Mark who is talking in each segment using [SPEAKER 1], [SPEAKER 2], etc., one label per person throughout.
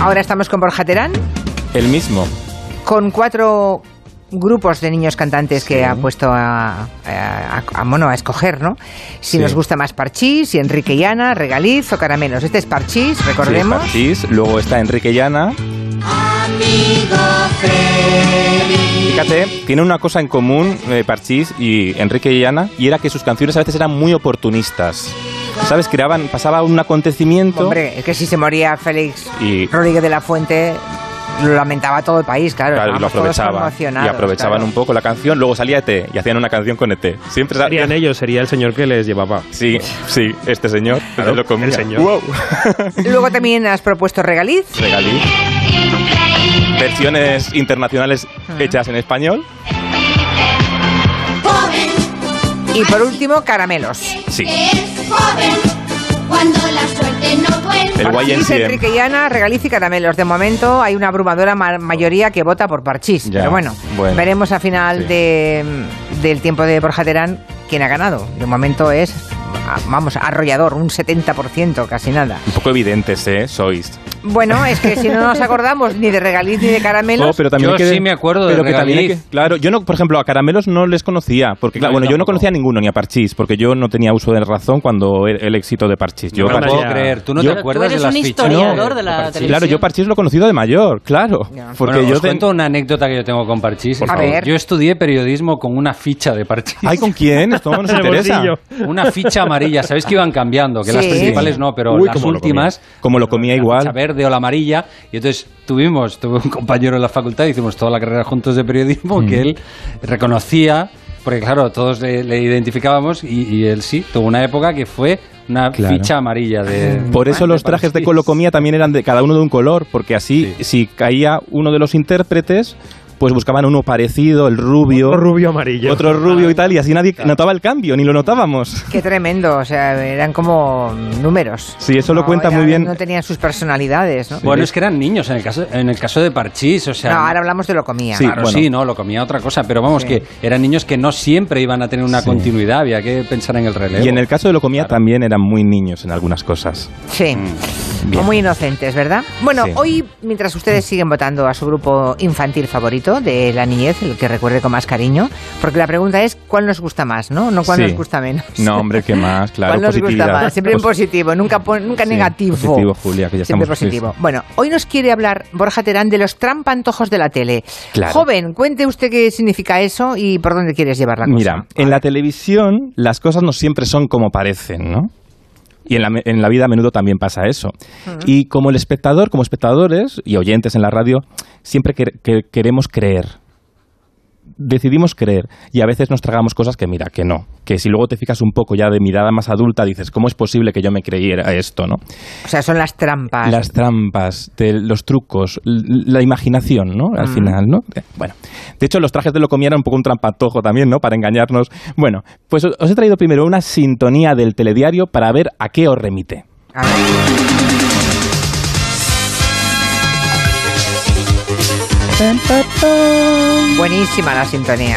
[SPEAKER 1] Ahora estamos con Borja Terán,
[SPEAKER 2] El mismo.
[SPEAKER 1] con cuatro grupos de niños cantantes que ha puesto a, a, a- Mono a escoger, ¿no? Si
[SPEAKER 2] Sí.
[SPEAKER 1] nos gusta más Parchís, si Enrique Llana, Regaliz o Caramelos. Este es Parchís, recordemos.
[SPEAKER 2] Sí, Parchís. Luego está Enrique Llana. Fíjate, tiene una cosa en común eh, Parchís y Enrique Llana, y era que sus canciones a veces eran muy oportunistas. ¿Sabes? Creaban, pasaba un acontecimiento.
[SPEAKER 1] Hombre, es que si se moría Félix
[SPEAKER 2] Y-
[SPEAKER 1] Rodríguez de la Fuente, lo lamentaba todo el país, claro.
[SPEAKER 2] Claro, y lo
[SPEAKER 1] estábamos todos
[SPEAKER 2] aprovechaban. Y
[SPEAKER 1] conmocionados,
[SPEAKER 2] aprovechaban
[SPEAKER 1] claro.
[SPEAKER 2] un poco la canción, luego salía ET y hacían una canción con ET. Siempre salía.
[SPEAKER 3] serían ellos, sería el señor que les llevaba.
[SPEAKER 2] Sí, sí, este señor.
[SPEAKER 3] Claro,
[SPEAKER 2] lo comía.
[SPEAKER 3] el señor.
[SPEAKER 2] Wow.
[SPEAKER 1] Luego también has propuesto Regaliz.
[SPEAKER 2] Regalí. Versiones internacionales hechas en español.
[SPEAKER 1] Y por último, Caramelos.
[SPEAKER 2] Sí.
[SPEAKER 4] Es joven cuando la suerte no vuelve.
[SPEAKER 2] El
[SPEAKER 1] Parchís,
[SPEAKER 2] YNCM.
[SPEAKER 1] Enrique Llana, Regaliz y Caramelos. De momento hay una abrumadora ma- mayoría que vota por Parchís.
[SPEAKER 2] Ya,
[SPEAKER 1] pero bueno,
[SPEAKER 2] bueno.
[SPEAKER 1] veremos a final
[SPEAKER 2] Sí.
[SPEAKER 1] de- mm, del tiempo de Borja Terán quién ha ganado. De momento es, a- vamos, arrollador, un 70%, casi nada.
[SPEAKER 2] Un poco evidentes, ¿eh? Sois.
[SPEAKER 1] Bueno, es que si no nos acordamos ni de Regaliz ni de Caramelos,
[SPEAKER 2] Oh, pero también
[SPEAKER 5] Yo
[SPEAKER 2] que-
[SPEAKER 5] sí me acuerdo de
[SPEAKER 2] pero que también hay
[SPEAKER 5] Regaliz.
[SPEAKER 2] que- Claro, yo no, por ejemplo, a Caramelos no les conocía. Porque, claro,
[SPEAKER 5] No, yo
[SPEAKER 2] bueno, yo no
[SPEAKER 5] tampoco.
[SPEAKER 2] conocía a ninguno, ni a Parchís, porque yo no tenía uso de razón cuando el, el éxito de Parchís. Yo
[SPEAKER 3] No,
[SPEAKER 5] No
[SPEAKER 3] Anda
[SPEAKER 5] lo puedo
[SPEAKER 3] ya.
[SPEAKER 5] creer. ¿Tú no
[SPEAKER 2] Yo-
[SPEAKER 5] te
[SPEAKER 6] Pero
[SPEAKER 5] acuerdas
[SPEAKER 6] tú eres
[SPEAKER 5] de las
[SPEAKER 6] un
[SPEAKER 5] fichas?
[SPEAKER 6] historiador de la
[SPEAKER 5] Parchís.
[SPEAKER 6] televisión.
[SPEAKER 2] Claro, yo Parchís lo he conocido de mayor, claro.
[SPEAKER 1] Ya.
[SPEAKER 2] Porque
[SPEAKER 5] Bueno,
[SPEAKER 2] yo
[SPEAKER 5] os
[SPEAKER 2] de-
[SPEAKER 5] cuento una anécdota que yo tengo con Parchís.
[SPEAKER 1] Por A favor. ver.
[SPEAKER 5] Yo estudié periodismo con una ficha de Parchís.
[SPEAKER 2] Ay, ¿con quién? Esto no nos
[SPEAKER 3] En el
[SPEAKER 2] interesa.
[SPEAKER 3] bolsillo.
[SPEAKER 5] Una ficha amarilla. Sabéis que iban cambiando, que las
[SPEAKER 1] Sí.
[SPEAKER 5] principales no, pero
[SPEAKER 2] Uy,
[SPEAKER 5] las
[SPEAKER 2] cómo lo comía.
[SPEAKER 5] últimas
[SPEAKER 2] Como lo comía
[SPEAKER 5] la ficha
[SPEAKER 2] igual.
[SPEAKER 5] verde o la amarilla. Y entonces tuvimos, tuve un compañero en la facultad, hicimos toda la carrera juntos de periodismo,
[SPEAKER 2] Mm.
[SPEAKER 5] que él reconocía, porque claro, todos le, le identificábamos y, y él sí, tuvo una época que fue una
[SPEAKER 2] Claro.
[SPEAKER 5] ficha amarilla de...
[SPEAKER 2] Por eso los
[SPEAKER 5] de
[SPEAKER 2] trajes de
[SPEAKER 5] Parchís.
[SPEAKER 2] colocomía también eran de cada uno de un color, porque así si caía uno de los intérpretes, pues buscaban uno parecido, el rubio,
[SPEAKER 3] Otro rubio amarillo.
[SPEAKER 2] otro rubio y tal, y así nadie notaba el cambio, ni lo notábamos.
[SPEAKER 1] qué tremendo. O sea, eran como números.
[SPEAKER 2] Sí, eso lo
[SPEAKER 1] No,
[SPEAKER 2] cuenta
[SPEAKER 1] ya
[SPEAKER 2] muy bien.
[SPEAKER 1] No tenían sus personalidades, ¿no?
[SPEAKER 5] Bueno, es que eran niños en el caso, en el caso de Parchís, o sea...
[SPEAKER 1] No, ahora hablamos de lo comía.
[SPEAKER 2] Sí,
[SPEAKER 5] claro,
[SPEAKER 2] bueno.
[SPEAKER 5] sí, no, lo comía otra cosa, pero vamos,
[SPEAKER 1] Sí.
[SPEAKER 5] que eran niños que no siempre iban a tener una continuidad, había que pensar en el relevo.
[SPEAKER 2] Y en el caso de Locomía también eran muy niños en algunas cosas.
[SPEAKER 1] Sí. O muy inocentes, ¿verdad? Bueno,
[SPEAKER 2] Mm. Sí.
[SPEAKER 1] hoy, mientras ustedes siguen votando a su grupo infantil favorito de la niñez, el que recuerde con más cariño, porque la pregunta es cuál nos gusta más, ¿no? No cuál
[SPEAKER 2] Sí.
[SPEAKER 1] nos gusta menos.
[SPEAKER 2] No, hombre, qué más, claro,
[SPEAKER 1] ¿Cuál nos gusta
[SPEAKER 2] positividad.
[SPEAKER 1] más? Siempre en
[SPEAKER 2] Pos-
[SPEAKER 1] positivo, nunca, po- nunca
[SPEAKER 2] Sí,
[SPEAKER 1] negativo.
[SPEAKER 2] positivo, Julia, que ya
[SPEAKER 1] Siempre
[SPEAKER 2] estamos-
[SPEAKER 1] positivo. Bueno, hoy nos quiere hablar Borja Terán de los trampantojos de la tele.
[SPEAKER 2] Claro.
[SPEAKER 1] Joven, cuente usted qué significa eso y por dónde quieres llevar la cosa.
[SPEAKER 2] Mira, en la televisión las cosas no siempre son como parecen, ¿no? Y en la, me- en la vida a menudo también pasa eso. Y como el espectador, como espectadores y oyentes en la radio, siempre que- que- queremos creer. Decidimos creer y a veces nos tragamos cosas que mira, que no. Que si luego te fijas un poco ya de mirada más adulta, dices, ¿cómo es posible que yo me creyera esto, no?
[SPEAKER 1] O sea, son las trampas.
[SPEAKER 2] Las trampas, de los trucos, l- la imaginación, ¿no? Al final, ¿no? Eh, Bueno, de hecho los trajes de Locomía eran un poco un trampatojo también, ¿no? Para engañarnos. Bueno, pues os os he traído primero una sintonía del telediario para ver a qué os remite.
[SPEAKER 1] A ver. Buenísima la sintonía.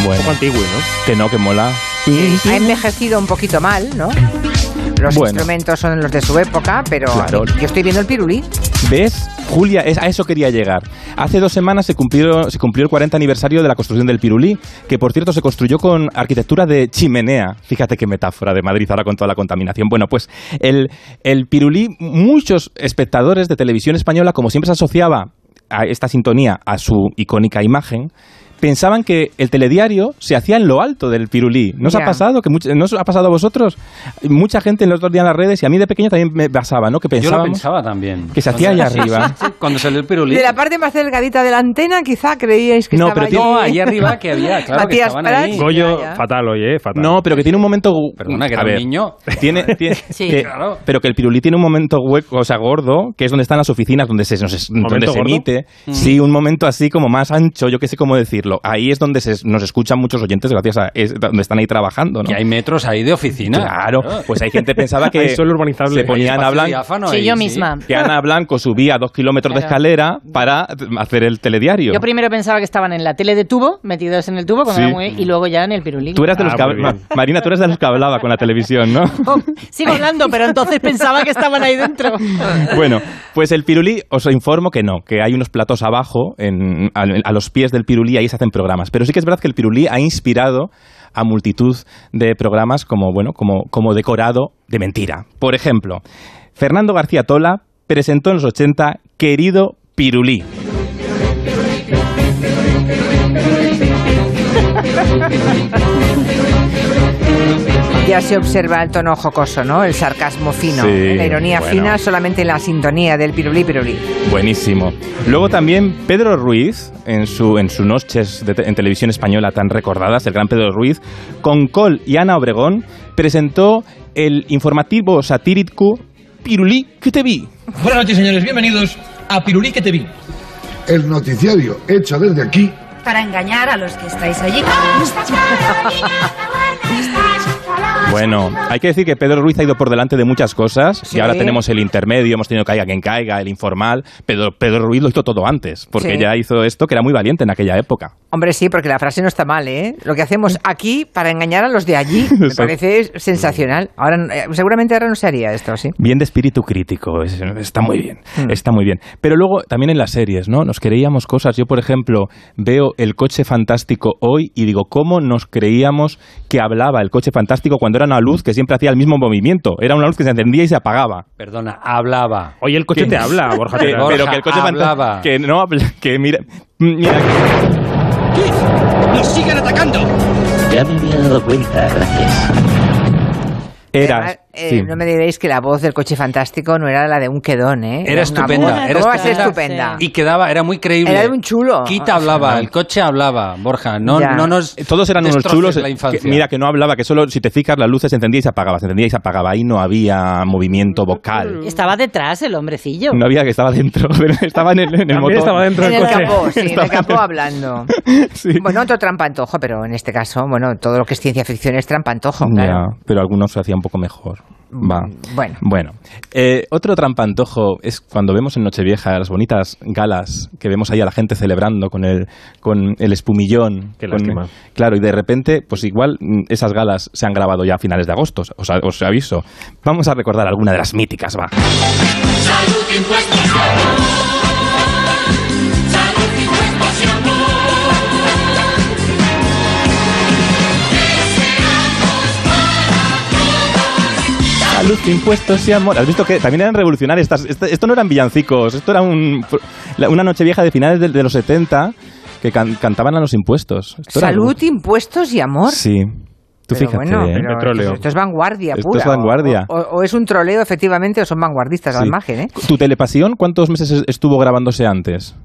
[SPEAKER 3] Un
[SPEAKER 2] Bueno,
[SPEAKER 3] poco antiguo, ¿no?
[SPEAKER 2] que no, que mola.
[SPEAKER 1] Ha envejecido un poquito mal, ¿no? Los
[SPEAKER 2] Bueno.
[SPEAKER 1] instrumentos son los de su época, pero
[SPEAKER 2] Claro.
[SPEAKER 1] yo estoy viendo el pirulí.
[SPEAKER 2] ¿Ves? Julia, es- a eso quería llegar. Hace dos semanas se, cumplieron- se cumplió el 40 aniversario de la construcción del Pirulí, que por cierto se construyó con arquitectura de chimenea. Fíjate qué metáfora de Madrid ahora con toda la contaminación. Bueno, pues el, el Pirulí, muchos espectadores de televisión española, como siempre se asociaba a esta sintonía, a su icónica imagen, pensaban que el telediario se hacía en lo alto del pirulí. ¿No os
[SPEAKER 1] Ya.
[SPEAKER 2] ha pasado? ¿Que much- ¿No os ha pasado a vosotros? Mucha gente en los otros días en las redes, y a mí de pequeño también me pasaba, ¿no? Que
[SPEAKER 5] Yo lo
[SPEAKER 2] pensábamos...
[SPEAKER 5] pensaba también.
[SPEAKER 2] que se hacía
[SPEAKER 5] Cuando-
[SPEAKER 2] allá arriba.
[SPEAKER 5] Sí, sí, Cuando salió el pirulí.
[SPEAKER 1] De la parte más delgadita de la antena, quizá creíais que
[SPEAKER 2] No,
[SPEAKER 1] estaba
[SPEAKER 2] pero tiene-
[SPEAKER 1] allí.
[SPEAKER 5] No, ahí arriba que había, claro que
[SPEAKER 1] Matías
[SPEAKER 5] estaban
[SPEAKER 1] Prats.
[SPEAKER 5] ahí.
[SPEAKER 3] Goyo,
[SPEAKER 1] ya, ya.
[SPEAKER 3] fatal hoy, ¿eh? Fatal.
[SPEAKER 2] No, pero que tiene un momento.
[SPEAKER 5] Perdona, que era
[SPEAKER 2] A
[SPEAKER 5] un
[SPEAKER 2] ver,
[SPEAKER 5] niño.
[SPEAKER 2] Tiene, tiene-
[SPEAKER 6] Sí.
[SPEAKER 2] que-
[SPEAKER 5] Claro.
[SPEAKER 2] Pero que el pirulí tiene un momento hueco, o sea, gordo, que es donde están las oficinas, donde se, nos- donde
[SPEAKER 3] ¿Momento
[SPEAKER 2] se
[SPEAKER 3] gordo?
[SPEAKER 2] emite. Sí, un momento así como más ancho, yo qué sé cómo decirlo. hacerlo. Ahí es donde se- nos escuchan muchos oyentes, gracias a es donde están ahí trabajando, ¿no?
[SPEAKER 5] Que hay metros ahí de oficina.
[SPEAKER 2] Claro, pues hay gente pensaba que
[SPEAKER 3] Hay suelo urbanizable.
[SPEAKER 2] se
[SPEAKER 3] Hay
[SPEAKER 5] Hay
[SPEAKER 2] ponía Ana
[SPEAKER 5] espacio
[SPEAKER 2] Blanco,
[SPEAKER 5] diáfano
[SPEAKER 6] Sí,
[SPEAKER 5] ahí,
[SPEAKER 6] yo misma.
[SPEAKER 2] que Ana Blanco subía dos kilómetros de
[SPEAKER 6] Claro.
[SPEAKER 2] escalera para hacer el telediario.
[SPEAKER 6] Yo primero pensaba que estaban en la tele de tubo, metidos en el tubo, cuando
[SPEAKER 2] Sí.
[SPEAKER 6] era muy- y luego ya en el pirulín.
[SPEAKER 2] Tú eras de los
[SPEAKER 3] Ah,
[SPEAKER 2] que
[SPEAKER 3] muy
[SPEAKER 2] habla-
[SPEAKER 3] bien.
[SPEAKER 2] Ma- Marina, tú eras de los que hablaba con la televisión, ¿no?
[SPEAKER 6] Oh, sigo hablando, pero entonces pensaba que estaban ahí dentro.
[SPEAKER 2] Bueno, pues el pirulí, os informo que no, que hay unos platos abajo, en- a, a los pies del pirulí, ahí se hacen programas. Pero sí que es verdad que el pirulí ha inspirado a multitud de programas como, bueno, como, como decorado de mentira. Por ejemplo, Fernando García Tola presentó en los 80 Querido Pirulí.
[SPEAKER 1] Ya se observa el tono jocoso, ¿no? El sarcasmo fino,
[SPEAKER 2] Sí,
[SPEAKER 1] la ironía
[SPEAKER 2] bueno.
[SPEAKER 1] fina solamente en la sintonía del pirulí pirulí.
[SPEAKER 2] Buenísimo. Luego también Pedro Ruiz, en su en sus noches de te- en televisión española tan recordadas, el gran Pedro Ruiz, con Col y Ana Obregón, presentó el informativo satírico Pirulí que te vi.
[SPEAKER 7] Buenas noches, señores. Bienvenidos a Pirulí que te vi.
[SPEAKER 8] el noticiario hecho desde aquí
[SPEAKER 9] Para engañar a los que estáis allí.
[SPEAKER 2] Bueno, hay que decir que Pedro Ruiz ha ido por delante de muchas cosas
[SPEAKER 1] Sí.
[SPEAKER 2] y ahora tenemos el intermedio, hemos tenido caiga quien caiga, el informal. Pedro, Pedro Ruiz lo hizo todo antes, porque
[SPEAKER 1] Sí.
[SPEAKER 2] ya hizo esto que era muy valiente en aquella época.
[SPEAKER 1] Hombre, sí, porque la frase no está mal, ¿eh? Lo que hacemos aquí para engañar a los de allí me
[SPEAKER 2] Exacto.
[SPEAKER 1] parece sensacional. Ahora, eh, seguramente ahora no se haría esto, ¿sí?
[SPEAKER 2] Bien de espíritu crítico, es- está muy bien,
[SPEAKER 5] Hmm.
[SPEAKER 2] está muy bien. Pero luego también en las series, ¿no? Nos creíamos cosas. Yo, por ejemplo, veo El coche fantástico hoy y digo, ¿cómo nos creíamos que hablaba el coche fantástico cuando era una luz que siempre hacía el mismo movimiento? Era una luz que se encendía y se apagaba.
[SPEAKER 5] Perdona, hablaba.
[SPEAKER 3] Oye, el coche
[SPEAKER 2] ¿Qué?
[SPEAKER 3] te habla, Borja.
[SPEAKER 5] Sí,
[SPEAKER 2] Pero,
[SPEAKER 3] Terán.
[SPEAKER 5] Borja,
[SPEAKER 2] pero que el coche
[SPEAKER 5] hablaba.
[SPEAKER 2] fantástico... Que no habla- que mira... mira-
[SPEAKER 7] ¡Nos siguen atacando!
[SPEAKER 10] Ya me había dado cuenta, gracias.
[SPEAKER 2] era...
[SPEAKER 1] Además, eh,
[SPEAKER 2] sí.
[SPEAKER 1] No me diréis que la voz del coche fantástico no era la de un quedón, ¿eh?
[SPEAKER 5] Era
[SPEAKER 1] una
[SPEAKER 5] estupenda,
[SPEAKER 1] voz-
[SPEAKER 5] era
[SPEAKER 1] ¿Cómo va a ser
[SPEAKER 6] estupenda.
[SPEAKER 1] estupenda?
[SPEAKER 5] Y quedaba, era muy creíble.
[SPEAKER 1] Ah. Era de un chulo.
[SPEAKER 5] Quita hablaba, el coche hablaba, Borja. No,
[SPEAKER 1] Ya.
[SPEAKER 5] no nos.
[SPEAKER 2] Todos eran unos
[SPEAKER 5] destroces
[SPEAKER 2] chulos.
[SPEAKER 5] La
[SPEAKER 2] que-
[SPEAKER 5] infancia.
[SPEAKER 2] mira, que no hablaba, que solo si te fijas las luces se encendía y se apagaba, se encendía y se apagaba. Ahí no había movimiento vocal.
[SPEAKER 6] Estaba detrás el hombrecillo.
[SPEAKER 2] No había que estaba dentro, estaba en el, en el
[SPEAKER 3] También
[SPEAKER 2] motor.
[SPEAKER 3] estaba dentro
[SPEAKER 1] En
[SPEAKER 3] del
[SPEAKER 1] el
[SPEAKER 3] coche.
[SPEAKER 1] capó, sí, en
[SPEAKER 2] Estaba
[SPEAKER 1] el capó
[SPEAKER 2] en-
[SPEAKER 1] hablando.
[SPEAKER 2] Sí.
[SPEAKER 1] Bueno, otro trampantojo, pero en este caso, bueno, todo lo que es ciencia ficción es trampantojo,
[SPEAKER 2] Ya,
[SPEAKER 1] claro. Mm.
[SPEAKER 2] pero algunos se hacían un poco mejor. Va.
[SPEAKER 1] bueno.
[SPEAKER 2] Bueno. Eh, otro trampantojo es cuando vemos en Nochevieja las bonitas galas que vemos ahí a la gente celebrando con el, con el espumillón.
[SPEAKER 3] Qué
[SPEAKER 2] con-
[SPEAKER 3] lástima.
[SPEAKER 2] Claro, y de repente, pues igual mm, esas galas se han grabado ya a finales de agosto, os, a- os aviso. Vamos a recordar alguna de las míticas, va. Salud, impuestos y amor. ¿Has visto que también eran revolucionarios? Estas, esta- esto no eran villancicos, esto era un, la- una noche vieja de finales de, de los 70 que can- cantaban a los impuestos. Esto era
[SPEAKER 1] Salud,
[SPEAKER 2] algo-
[SPEAKER 1] impuestos y amor.
[SPEAKER 2] Sí. Tú
[SPEAKER 1] Pero
[SPEAKER 2] fíjate.
[SPEAKER 1] bueno,
[SPEAKER 2] ¿eh?
[SPEAKER 1] pero
[SPEAKER 3] Petróleo.
[SPEAKER 1] Esto es vanguardia
[SPEAKER 2] Esto
[SPEAKER 1] pura.
[SPEAKER 2] es vanguardia.
[SPEAKER 1] O, o- o es un troleo, efectivamente, o son vanguardistas al
[SPEAKER 2] Sí.
[SPEAKER 1] margen, ¿eh?
[SPEAKER 2] ¿Tu telepasión cuántos meses es- estuvo grabándose antes?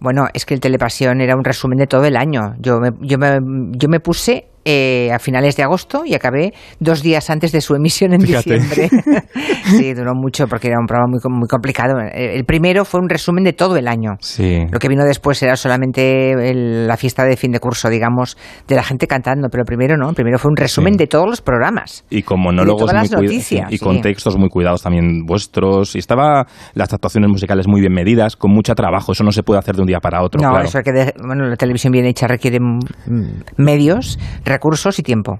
[SPEAKER 1] Bueno, es que el Telepasión era un resumen de todo el año. Yo me, yo me, yo me puse eh, a finales de agosto y acabé dos días antes de su emisión en
[SPEAKER 2] Fíjate.
[SPEAKER 1] diciembre. sí, duró mucho porque era un programa muy, com- muy complicado. Eh, El primero fue un resumen de todo el año.
[SPEAKER 2] Sí.
[SPEAKER 1] Lo que vino después era solamente el- la fiesta de fin de curso, digamos, de la gente cantando, pero primero no, primero fue un resumen
[SPEAKER 2] Sí.
[SPEAKER 1] de todos los programas.
[SPEAKER 2] Y con monólogos
[SPEAKER 1] todas
[SPEAKER 2] muy
[SPEAKER 1] las
[SPEAKER 2] cuida-
[SPEAKER 1] noticias,
[SPEAKER 2] sí, y
[SPEAKER 1] sí.
[SPEAKER 2] con textos muy cuidados también vuestros. Y estaba las actuaciones musicales muy bien medidas, con mucho trabajo. Eso no se puede hacer de un día para otro.
[SPEAKER 1] no,
[SPEAKER 2] claro.
[SPEAKER 1] eso que de- bueno, la televisión bien hecha requiere mm, medios, recursos y tiempo.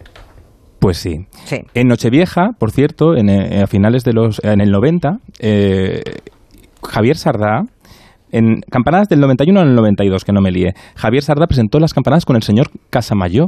[SPEAKER 2] Pues sí.
[SPEAKER 1] Sí.
[SPEAKER 2] En Nochevieja, por cierto, en, eh, a finales de los. en el 90, eh, Javier Sardá. En campanadas del 91 al 92, que no me líe. Javier Sardá presentó las campanadas con el señor Casamayó.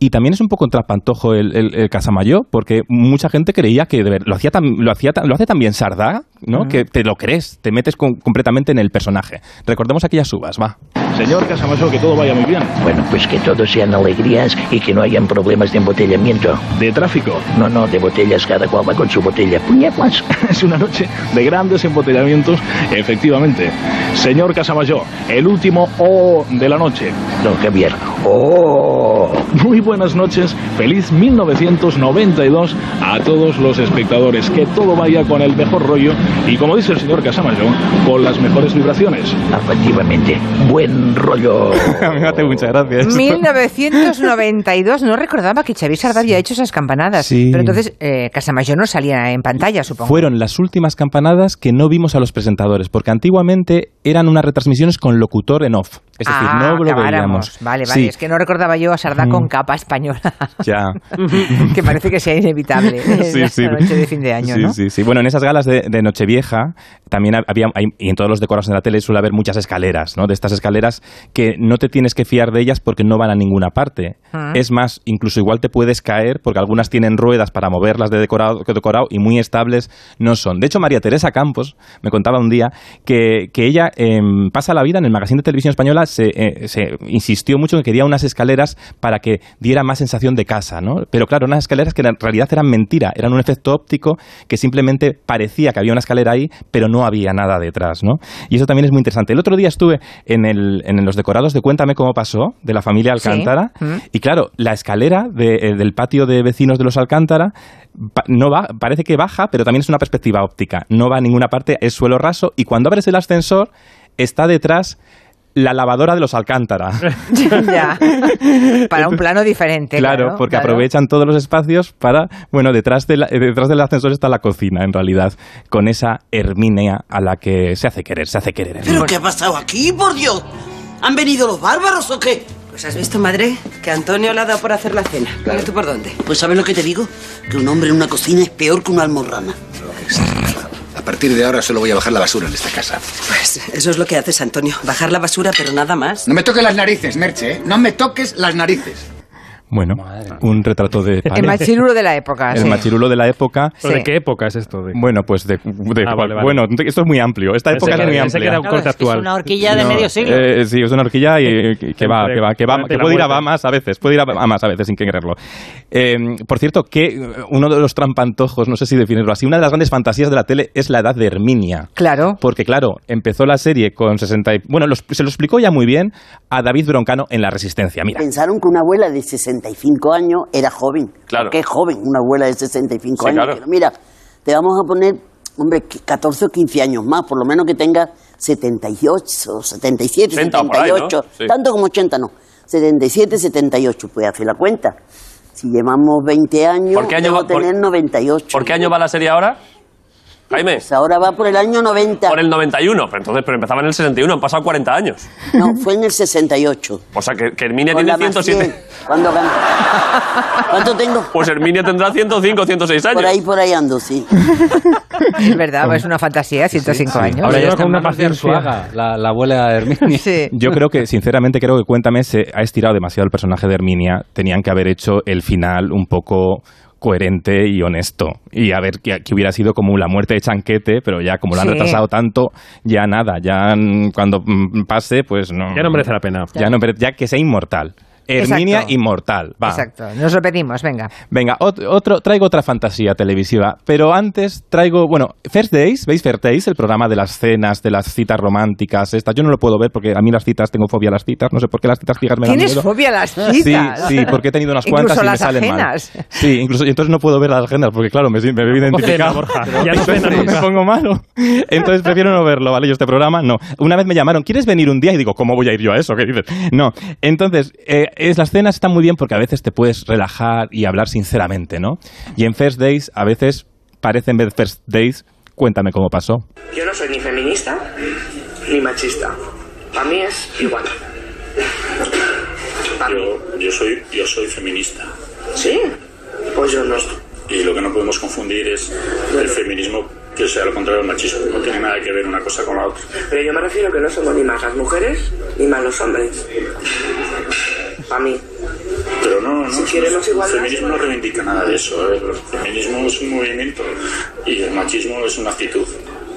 [SPEAKER 2] Y también es un poco trapantojo el, el- el Casamayó, porque mucha gente creía que de ver- lo, hacía tan- lo, hacía tan- lo hace también Sardá, ¿no? Que te lo crees, te metes con- completamente en el personaje. Recordemos aquellas uvas, va.
[SPEAKER 7] Señor Casamayor, que todo vaya muy bien.
[SPEAKER 10] Bueno, pues que todos sean alegrías y que no hayan problemas de embotellamiento.
[SPEAKER 7] De tráfico.
[SPEAKER 10] No, no, de botellas, cada cual va con su botella. Puñetas.
[SPEAKER 7] Es una noche de grandes embotellamientos, efectivamente. Señor Casamayor, el último O de la noche.
[SPEAKER 10] Don Javier. ¡Oh!
[SPEAKER 7] Muy buenas noches, feliz 1992 a todos los espectadores. Que todo vaya con el mejor rollo Y como dice el señor Casamayo, con las mejores vibraciones.
[SPEAKER 10] Efectivamente. Buen rollo.
[SPEAKER 2] A mí me ¿eh? hace muchas gracias.
[SPEAKER 1] 1992, no recordaba que Xavier Sardá había hecho esas campanadas.
[SPEAKER 2] Sí.
[SPEAKER 1] Pero entonces eh, Casamayor no salía en pantalla, supongo.
[SPEAKER 2] Fueron las últimas campanadas que no vimos a los presentadores, porque antiguamente eran unas retransmisiones con locutor en off. Es decir,
[SPEAKER 1] Ah,
[SPEAKER 2] no lo
[SPEAKER 1] acabáramos.
[SPEAKER 2] veíamos.
[SPEAKER 1] Vale, vale.
[SPEAKER 2] Sí,
[SPEAKER 1] Es que no recordaba yo a Sardá con capa española,
[SPEAKER 2] ya.
[SPEAKER 1] que parece que sea inevitable.
[SPEAKER 2] Sí, sí.
[SPEAKER 1] La noche de fin de año,
[SPEAKER 2] Sí,
[SPEAKER 1] ¿no?
[SPEAKER 2] sí, sí. Bueno, en esas galas de, de Nochevieja también hab- había, hay- y en todos los decorados de la tele suele haber muchas escaleras, ¿no? De estas escaleras que no te tienes que fiar de ellas porque no van a ninguna parte.
[SPEAKER 1] Ah.
[SPEAKER 2] Es más, incluso igual te puedes caer porque algunas tienen ruedas para moverlas de decorado, que decorado y muy estables no son. De hecho, María Teresa Campos me contaba un día que, que ella em, pasa la vida en el magazine de televisión española, se, eh, se insistió mucho en que quería unas escaleras para que diera más sensación de casa, ¿no? Pero claro, unas escaleras que en realidad eran mentira, eran un efecto óptico que simplemente parecía que había una escalera ahí, pero no había nada detrás, ¿no? Y eso también es muy interesante. El otro día estuve en, el, en los decorados de Cuéntame cómo pasó, de la familia
[SPEAKER 1] Sí.
[SPEAKER 2] Alcántara,
[SPEAKER 1] Mm.
[SPEAKER 2] y claro, la escalera de- eh, del patio de vecinos de los Alcántara pa- no va, parece que baja, pero también es una perspectiva óptica. No va a ninguna parte, es suelo raso. Y cuando abres el ascensor, está detrás la lavadora de los Alcántara.
[SPEAKER 1] Ya. Para un plano diferente.
[SPEAKER 2] claro,
[SPEAKER 1] Claro,
[SPEAKER 2] porque
[SPEAKER 1] claro.
[SPEAKER 2] aprovechan todos los espacios para. Bueno, detrás, de la- eh, detrás del ascensor está la cocina, en realidad, con esa Herminea a la que se hace querer, se hace querer.
[SPEAKER 11] ¿Pero qué ha pasado aquí, por Dios? ¿Han venido los bárbaros o qué?
[SPEAKER 12] Pues has visto, madre, que Antonio la ha dado por hacer la cena. Dime tú por dónde.
[SPEAKER 11] Pues ¿sabes lo que te digo? Que un hombre en una cocina es peor que una almorrama.
[SPEAKER 13] A partir de ahora solo voy a bajar la basura en esta casa.
[SPEAKER 12] Pues eso es lo que haces, Antonio. Bajar la basura, pero nada más.
[SPEAKER 13] No me toques las narices, Merche, ¿eh? No me toques las narices.
[SPEAKER 2] Bueno, un retrato de.
[SPEAKER 1] El machiruro de la época.
[SPEAKER 2] El
[SPEAKER 1] sí.
[SPEAKER 2] machirulo de la época.
[SPEAKER 1] ¿Pero de Sí. qué
[SPEAKER 2] época es esto? Bueno, pues de. de-
[SPEAKER 3] Ah, vale, vale.
[SPEAKER 2] Bueno, esto es muy amplio. Esta
[SPEAKER 3] Pensé
[SPEAKER 2] época
[SPEAKER 3] que
[SPEAKER 2] es
[SPEAKER 3] era-
[SPEAKER 2] muy
[SPEAKER 3] pensé
[SPEAKER 2] amplia.
[SPEAKER 3] que era un Claro, corte es que es actual.
[SPEAKER 6] una horquilla de medio siglo.
[SPEAKER 2] eh, sí, es una horquilla y- y- que, va,
[SPEAKER 3] Entre-
[SPEAKER 2] que va, que va,
[SPEAKER 3] durante
[SPEAKER 2] que
[SPEAKER 3] la
[SPEAKER 2] puede ir a
[SPEAKER 3] muerte.
[SPEAKER 2] va más a veces, puede ir a, a más a veces sin quererlo. Eh, por cierto, que uno de los trampantojos, no sé si definirlo así, una de las grandes fantasías de la tele es la edad de Herminia.
[SPEAKER 1] Claro.
[SPEAKER 2] Porque, claro, empezó la serie con 60. y- bueno, los- se lo explicó ya muy bien a David Broncano en La Resistencia. Mira.
[SPEAKER 14] Pensaron que una abuela de 65 años era joven.
[SPEAKER 2] Claro.
[SPEAKER 14] ¿Qué joven? Una abuela de 65
[SPEAKER 2] Sí,
[SPEAKER 14] años.
[SPEAKER 2] claro.
[SPEAKER 14] Pero mira, te vamos a poner, hombre, que 14 o 15 años más, por lo menos que tenga 78, 77,
[SPEAKER 15] 80 o por ahí,
[SPEAKER 14] 78.
[SPEAKER 15] ¿no? Sí.
[SPEAKER 14] Tanto como 80 no. 77, 78, pues hace la cuenta. Si llevamos 20 años,
[SPEAKER 15] ¿Por qué año
[SPEAKER 14] debo
[SPEAKER 15] va- por-
[SPEAKER 14] tener 98.
[SPEAKER 15] ¿Por qué año va la serie ahora? Jaime.
[SPEAKER 14] Pues ahora va por el año 90.
[SPEAKER 15] Por el 91, pero entonces pero empezaba en el 61, han pasado 40 años.
[SPEAKER 14] No, fue en el 68.
[SPEAKER 15] O sea, que, que Herminia
[SPEAKER 14] Con
[SPEAKER 15] tiene
[SPEAKER 14] la más
[SPEAKER 15] 107.
[SPEAKER 14] ¿Cuándo ganó? ¿Cuánto tengo?
[SPEAKER 15] Pues Herminia tendrá 105, 106 años.
[SPEAKER 14] Por ahí, por ahí ando, sí.
[SPEAKER 1] Es verdad, es una fantasía, 105 años.
[SPEAKER 5] Ahora
[SPEAKER 1] Está
[SPEAKER 5] ya está
[SPEAKER 1] mal.
[SPEAKER 5] una parte de Arzuaga, la, la abuela de Herminia.
[SPEAKER 2] Yo creo que, sinceramente, creo que Cuéntame se ha estirado demasiado el personaje de Herminia. Tenían que haber hecho el final un poco coherente y honesto. Y a ver, que, que hubiera sido como la muerte de Chanquete, pero ya como lo han
[SPEAKER 3] Sí.
[SPEAKER 2] retrasado tanto, ya nada. Ya mm, cuando mm, pase, pues no.
[SPEAKER 3] Ya no merece la pena.
[SPEAKER 2] Ya, no mere- ya que sea inmortal. Herminia
[SPEAKER 1] Exacto.
[SPEAKER 2] inmortal. Va.
[SPEAKER 1] Exacto, nos lo pedimos, venga.
[SPEAKER 2] Venga, ot- otro, traigo otra fantasía televisiva, pero antes traigo, bueno, First Days, ¿veis First Days? El programa de las cenas, de las citas románticas, estas. Yo no lo puedo ver porque a mí las citas, tengo fobia a las citas, no sé por qué las citas fijas me dan
[SPEAKER 1] Tienes
[SPEAKER 2] miedo.
[SPEAKER 1] fobia a las
[SPEAKER 2] Sí,
[SPEAKER 1] citas.
[SPEAKER 2] sí, porque he tenido unas cuantas
[SPEAKER 1] Incluso
[SPEAKER 2] y me
[SPEAKER 1] las
[SPEAKER 2] salen
[SPEAKER 1] ajenas.
[SPEAKER 2] mal. Sí, incluso y entonces no puedo ver las ajenas porque claro, me, me veo identificado.
[SPEAKER 3] Borja, ya no
[SPEAKER 2] Entonces
[SPEAKER 3] cena
[SPEAKER 2] me
[SPEAKER 3] nunca.
[SPEAKER 2] pongo malo. Entonces prefiero no verlo, ¿vale? Yo este programa no. Una vez me llamaron, ¿quieres venir un día? Y digo, ¿cómo voy a ir yo a eso? ¿Qué dices? No. Entonces, eh, es, las cenas están muy bien porque a veces te puedes relajar y hablar sinceramente, ¿no? Y en First Days a veces parecen ver First Days. Cuéntame cómo pasó.
[SPEAKER 16] Yo no soy ni feminista ni machista. Para mí es igual.
[SPEAKER 17] Yo, yo soy, yo soy feminista.
[SPEAKER 16] ¿Sí? Pues yo no.
[SPEAKER 17] Y lo que no podemos confundir es el feminismo que sea lo contrario al machismo. No tiene nada que ver una cosa con la otra.
[SPEAKER 16] Pero yo me refiero que no somos ni más las mujeres ni más los hombres. Para mí.
[SPEAKER 17] Pero no, no,
[SPEAKER 16] Si queremos
[SPEAKER 17] el
[SPEAKER 16] igualdad,
[SPEAKER 17] feminismo no reivindica nada de eso. ¿eh? El feminismo es un movimiento y el machismo es una actitud.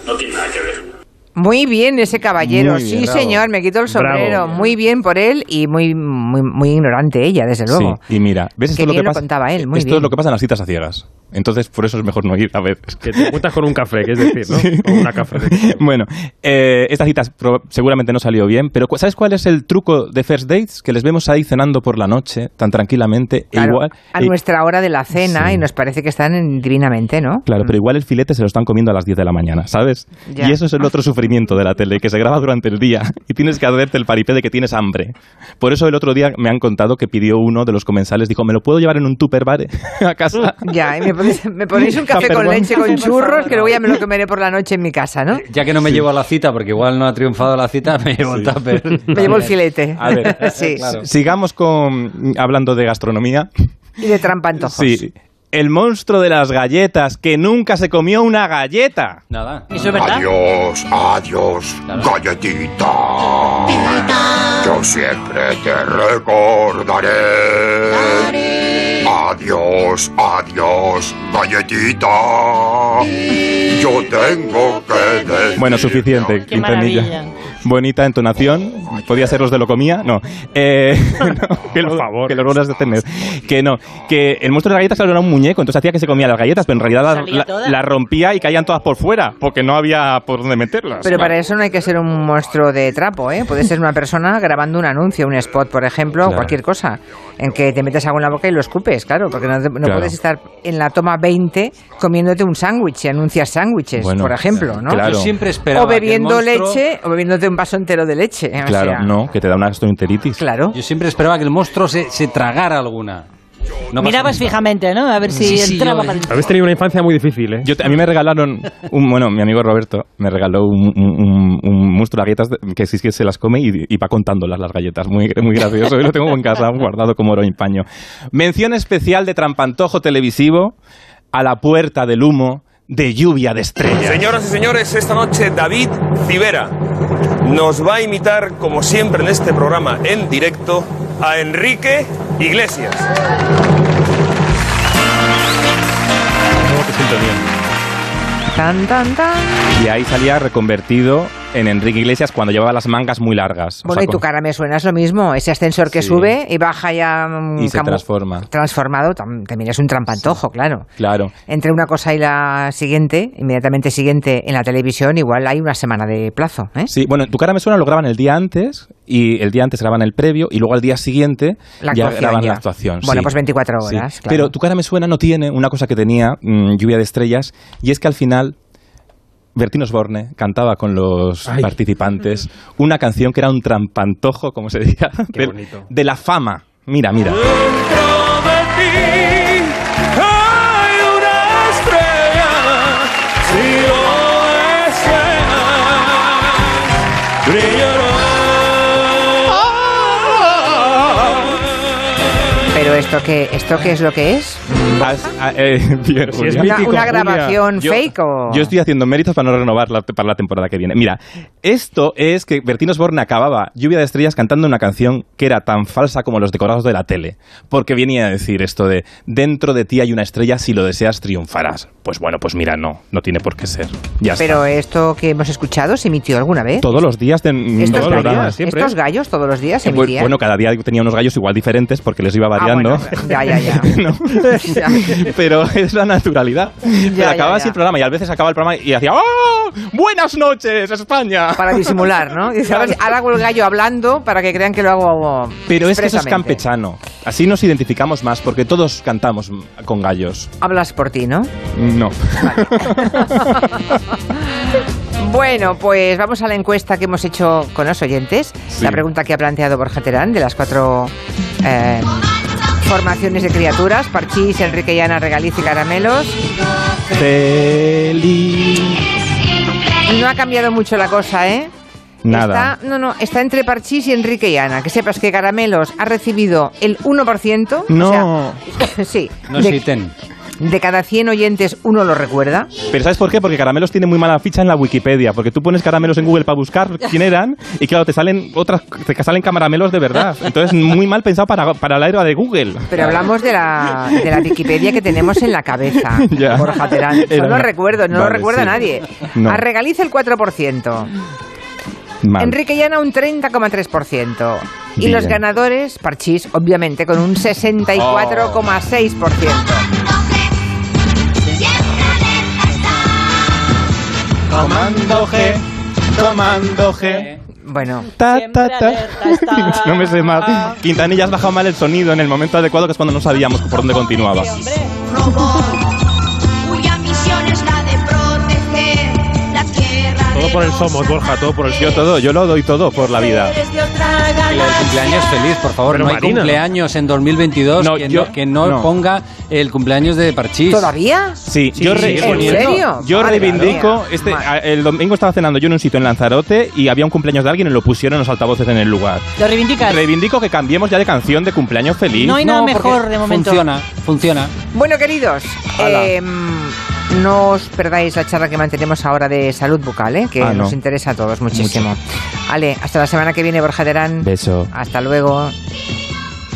[SPEAKER 17] No tiene nada que ver.
[SPEAKER 1] Muy bien ese caballero,
[SPEAKER 2] Muy bien,
[SPEAKER 1] sí
[SPEAKER 2] bravo.
[SPEAKER 1] señor, me quitó el
[SPEAKER 2] Bravo.
[SPEAKER 1] sombrero. Muy bien por él y muy, muy, muy ignorante ella, desde luego.
[SPEAKER 2] Sí, y mira, ¿ves esto
[SPEAKER 1] Qué
[SPEAKER 2] es lo que
[SPEAKER 1] bien lo
[SPEAKER 2] pasa?
[SPEAKER 1] contaba él, muy
[SPEAKER 2] esto
[SPEAKER 1] bien.
[SPEAKER 2] es lo que pasa en las citas a ciegas. Entonces, por eso es mejor no ir a veces.
[SPEAKER 3] Que te juntas con un café, que es decir, ¿no? O una café.
[SPEAKER 2] bueno, eh, esta cita proba- seguramente no salió bien, pero cu- ¿sabes cuál es el truco de First Dates? Que les vemos ahí cenando por la noche, tan tranquilamente, e
[SPEAKER 1] Claro,
[SPEAKER 2] igual...
[SPEAKER 1] a
[SPEAKER 2] e-
[SPEAKER 1] nuestra hora de la cena y nos parece que están en- divinamente, ¿no?
[SPEAKER 2] Claro, pero igual el filete se lo están comiendo a las 10 de la mañana, ¿sabes?
[SPEAKER 1] Mm. Ya.
[SPEAKER 2] Y eso es el otro sufrimiento de la tele, que se graba durante el día y tienes que hacerte el paripé de que tienes hambre. Por eso el otro día me han contado que pidió uno de los comensales, dijo, ¿me lo puedo llevar en un tupperware a casa?
[SPEAKER 1] Ya, y me ponéis, me ponéis un café
[SPEAKER 2] Tupperware.
[SPEAKER 1] con leche, con churros, que luego ya me lo comeré por la noche en mi casa, ¿no?
[SPEAKER 5] Ya que no me llevo a la cita, porque igual no ha triunfado la cita, me llevo el tupper.
[SPEAKER 1] Me llevo el filete.
[SPEAKER 2] A ver,
[SPEAKER 1] sí.
[SPEAKER 2] sigamos con mm, hablando de gastronomía.
[SPEAKER 1] Y de trampantojos.
[SPEAKER 2] Sí, el monstruo de las galletas que nunca se comió una galleta.
[SPEAKER 5] Nada.
[SPEAKER 6] Eso es verdad.
[SPEAKER 18] Adiós, adiós, galletita. Yo siempre te recordaré. Adiós, adiós, galletita. Yo tengo que decir.
[SPEAKER 2] Bueno, suficiente, Quintanilla. Bonita entonación. Podía ser los de lo comía. No. Eh, no, que los, que los vuelvas a tener. Que no. Que el monstruo de las galletas claro, era un muñeco, entonces hacía que se comía las galletas, pero en realidad
[SPEAKER 1] Salía
[SPEAKER 2] la- la,
[SPEAKER 1] toda.
[SPEAKER 2] la rompía y caían todas por fuera, porque no había por dónde meterlas.
[SPEAKER 1] Pero para eso no hay que ser un monstruo de trapo, ¿eh? Puede ser una persona grabando un anuncio, un spot, por ejemplo, o
[SPEAKER 2] Claro.
[SPEAKER 1] cualquier cosa, en que te metes algo en la boca y lo escupes, claro, porque no, te- no
[SPEAKER 2] Claro.
[SPEAKER 1] puedes estar en la toma 20 comiéndote un sándwich y anuncias sándwiches,
[SPEAKER 2] Bueno,
[SPEAKER 1] por ejemplo, ¿no?
[SPEAKER 2] claro. Yo
[SPEAKER 5] siempre esperaba
[SPEAKER 1] O bebiendo
[SPEAKER 5] que el monstruo-
[SPEAKER 1] leche, o bebiéndote un vaso entero de leche. o
[SPEAKER 2] Claro,
[SPEAKER 1] sea,
[SPEAKER 2] no, que te da una gastroenteritis.
[SPEAKER 1] Claro.
[SPEAKER 5] Yo siempre esperaba que el monstruo se, se tragara alguna. No pasa
[SPEAKER 6] Mirabas fijamente, ¿no? A ver si
[SPEAKER 5] Sí, sí,
[SPEAKER 6] entraba
[SPEAKER 5] yo-
[SPEAKER 6] para dentro.
[SPEAKER 2] Habéis tenido una infancia muy difícil, ¿eh? Yo te- a mí me regalaron, un, bueno, mi amigo Roberto me regaló un, un- un- un monstruo de galletas de- que sí que se las come y, y va contándolas las galletas. Muy, muy gracioso. y lo tengo en casa guardado como oro en paño. Mención especial de Trampantojo Televisivo a la puerta del humo de lluvia de estrellas.
[SPEAKER 19] Señoras y señores, esta noche David Civera nos va a imitar, como siempre en este programa en directo, a Enrique Iglesias.
[SPEAKER 1] Tan, tan, tan.
[SPEAKER 2] Y ahí salía reconvertido en Enrique Iglesias cuando llevaba las mangas muy largas. O
[SPEAKER 1] Bueno,
[SPEAKER 2] sea,
[SPEAKER 1] y tu
[SPEAKER 2] con-
[SPEAKER 1] cara me suena, es lo mismo. Ese ascensor que
[SPEAKER 2] Sí.
[SPEAKER 1] sube y baja ya mm,
[SPEAKER 2] y se
[SPEAKER 1] camu-
[SPEAKER 2] transforma.
[SPEAKER 1] transformado, tam- también es un trampantojo, claro.
[SPEAKER 2] Claro.
[SPEAKER 1] entre una cosa y la siguiente, inmediatamente siguiente en la televisión, igual hay una semana de plazo. ¿eh?
[SPEAKER 2] Sí, bueno, tu cara me suena lo graban el día antes y el día antes graban el previo y luego al día siguiente
[SPEAKER 1] La
[SPEAKER 2] ya
[SPEAKER 1] actuación
[SPEAKER 2] graban
[SPEAKER 1] ya.
[SPEAKER 2] la actuación.
[SPEAKER 1] Bueno,
[SPEAKER 2] sí.
[SPEAKER 1] pues 24 horas, claro.
[SPEAKER 2] Pero tu cara me suena no tiene una cosa que tenía mm, Lluvia de Estrellas y es que al final Bertín Osborne cantaba con los participantes una canción que era un trampantojo, como se diría, del- de, la fama. Mira, mira.
[SPEAKER 19] Hay una estrella, si lo deseas,
[SPEAKER 2] Ah.
[SPEAKER 19] brillará.
[SPEAKER 1] Pero esto que esto qué es lo que es?
[SPEAKER 2] Has- ah, eh, bien,
[SPEAKER 1] Si es
[SPEAKER 2] Julia.
[SPEAKER 1] Una- mítico, una Julia. grabación fake o-
[SPEAKER 2] Yo estoy haciendo méritos para no renovar la- para la temporada que viene. Mira, esto es que Bertín Osborne acababa Lluvia de Estrellas cantando una canción que era tan falsa como los decorados de la tele. Porque venía a decir esto de, dentro de ti hay una estrella, si lo deseas triunfarás. Pues bueno, pues mira, no, no tiene por qué ser. Ya está.
[SPEAKER 1] Pero esto que hemos escuchado se emitió alguna vez.
[SPEAKER 2] Todos los días de todos
[SPEAKER 1] estos
[SPEAKER 2] los
[SPEAKER 1] gallos,
[SPEAKER 2] programas, siempre.
[SPEAKER 1] estos gallos todos los días se
[SPEAKER 2] Bu-
[SPEAKER 1] emitían.
[SPEAKER 2] Bueno, cada día tenía unos gallos igual diferentes porque les iba
[SPEAKER 1] Ah,
[SPEAKER 2] variando.
[SPEAKER 1] bueno, ya, ya, ya. Ya.
[SPEAKER 2] pero es la naturalidad. Pero
[SPEAKER 1] ya,
[SPEAKER 2] acababa así
[SPEAKER 1] ya.
[SPEAKER 2] el programa y a veces acaba el programa y hacía ¡Oh! ¡Buenas noches, España!
[SPEAKER 1] Para disimular, ¿no? "Ah, Dice, ahora, ahora hago el gallo hablando para que crean que lo hago.
[SPEAKER 2] Pero es que eso es
[SPEAKER 1] expresamente.
[SPEAKER 2] campechano. Así nos identificamos más porque todos cantamos m- con gallos.
[SPEAKER 1] Hablas por ti, ¿no?
[SPEAKER 2] No.
[SPEAKER 1] Bueno, pues vamos a la encuesta que hemos hecho con los oyentes.
[SPEAKER 2] Sí.
[SPEAKER 1] La pregunta que ha planteado Borja Terán de las cuatro eh, formaciones de criaturas: Parchís, Enrique Llana, Regaliz y Caramelos.
[SPEAKER 2] Feliz.
[SPEAKER 1] No ha cambiado mucho la cosa, ¿eh?
[SPEAKER 2] Nada.
[SPEAKER 1] Está, no, no, está entre Parchís y Enrique Llana. Que sepas que Caramelos ha recibido el 1%. o sea,
[SPEAKER 2] No.
[SPEAKER 1] sí.
[SPEAKER 5] No
[SPEAKER 1] de-
[SPEAKER 5] existen.
[SPEAKER 1] De cada 100 oyentes, uno lo recuerda.
[SPEAKER 2] Pero ¿sabes por qué? Porque Caramelos tiene muy mala ficha en la Wikipedia, porque tú pones Caramelos en Google para buscar quién eran y claro, te salen otras te salen Caramelos de verdad. Entonces, muy mal pensado para, para la era de Google.
[SPEAKER 1] Pero hablamos de la, de la Wikipedia que tenemos en la cabeza,
[SPEAKER 2] Ya.
[SPEAKER 1] Borja Terán. Eso
[SPEAKER 2] Era
[SPEAKER 1] no
[SPEAKER 2] una-
[SPEAKER 1] lo recuerdo, no lo
[SPEAKER 2] Vale,
[SPEAKER 1] recuerda
[SPEAKER 2] sí.
[SPEAKER 1] nadie.
[SPEAKER 2] No.
[SPEAKER 1] Arregaliza el 4%.
[SPEAKER 2] Mal.
[SPEAKER 1] Enrique Llana un 30,3%. Y
[SPEAKER 2] Bien.
[SPEAKER 1] los ganadores, Parchís, obviamente, con un 64,6%.
[SPEAKER 2] Comando G, comando G.
[SPEAKER 1] Bueno.
[SPEAKER 2] Ta, ta, ta. No me sé más. Quintanilla has bajado mal el sonido en el momento adecuado, que es cuando no sabíamos por dónde continuaba.
[SPEAKER 4] cuya misión es la de proteger la tierra.
[SPEAKER 2] Todo por el somos, Borja, todo por el Yo todo, yo lo doy todo por la vida.
[SPEAKER 5] El cumpleaños feliz, por favor.
[SPEAKER 2] Pero
[SPEAKER 5] no hay
[SPEAKER 2] Marina,
[SPEAKER 5] cumpleaños en 2022 que,
[SPEAKER 2] yo-
[SPEAKER 5] no, que no
[SPEAKER 2] no.
[SPEAKER 5] ponga el cumpleaños de Parchís.
[SPEAKER 1] ¿Todavía?
[SPEAKER 2] Sí, yo, re-
[SPEAKER 5] sigue
[SPEAKER 2] yo
[SPEAKER 5] poniendo.
[SPEAKER 1] serio?
[SPEAKER 2] yo
[SPEAKER 1] Madre
[SPEAKER 2] reivindico.
[SPEAKER 1] mía.
[SPEAKER 2] Este, a- el domingo estaba cenando yo en un sitio en Lanzarote y había un cumpleaños de alguien y lo pusieron en los altavoces en el lugar.
[SPEAKER 6] ¿Lo reivindicas?
[SPEAKER 2] Reivindico que cambiemos ya de canción de cumpleaños feliz.
[SPEAKER 6] No hay nada
[SPEAKER 1] porque
[SPEAKER 6] mejor de momento.
[SPEAKER 5] Funciona, funciona.
[SPEAKER 1] Bueno, queridos,
[SPEAKER 2] Ala.
[SPEAKER 1] eh, no os perdáis la charla que mantenemos ahora de salud bucal, ¿eh? que
[SPEAKER 2] Ah, no.
[SPEAKER 1] nos interesa a todos muchísimo. Ale, hasta la semana que viene, Borja Terán.
[SPEAKER 2] Beso.
[SPEAKER 1] Hasta luego.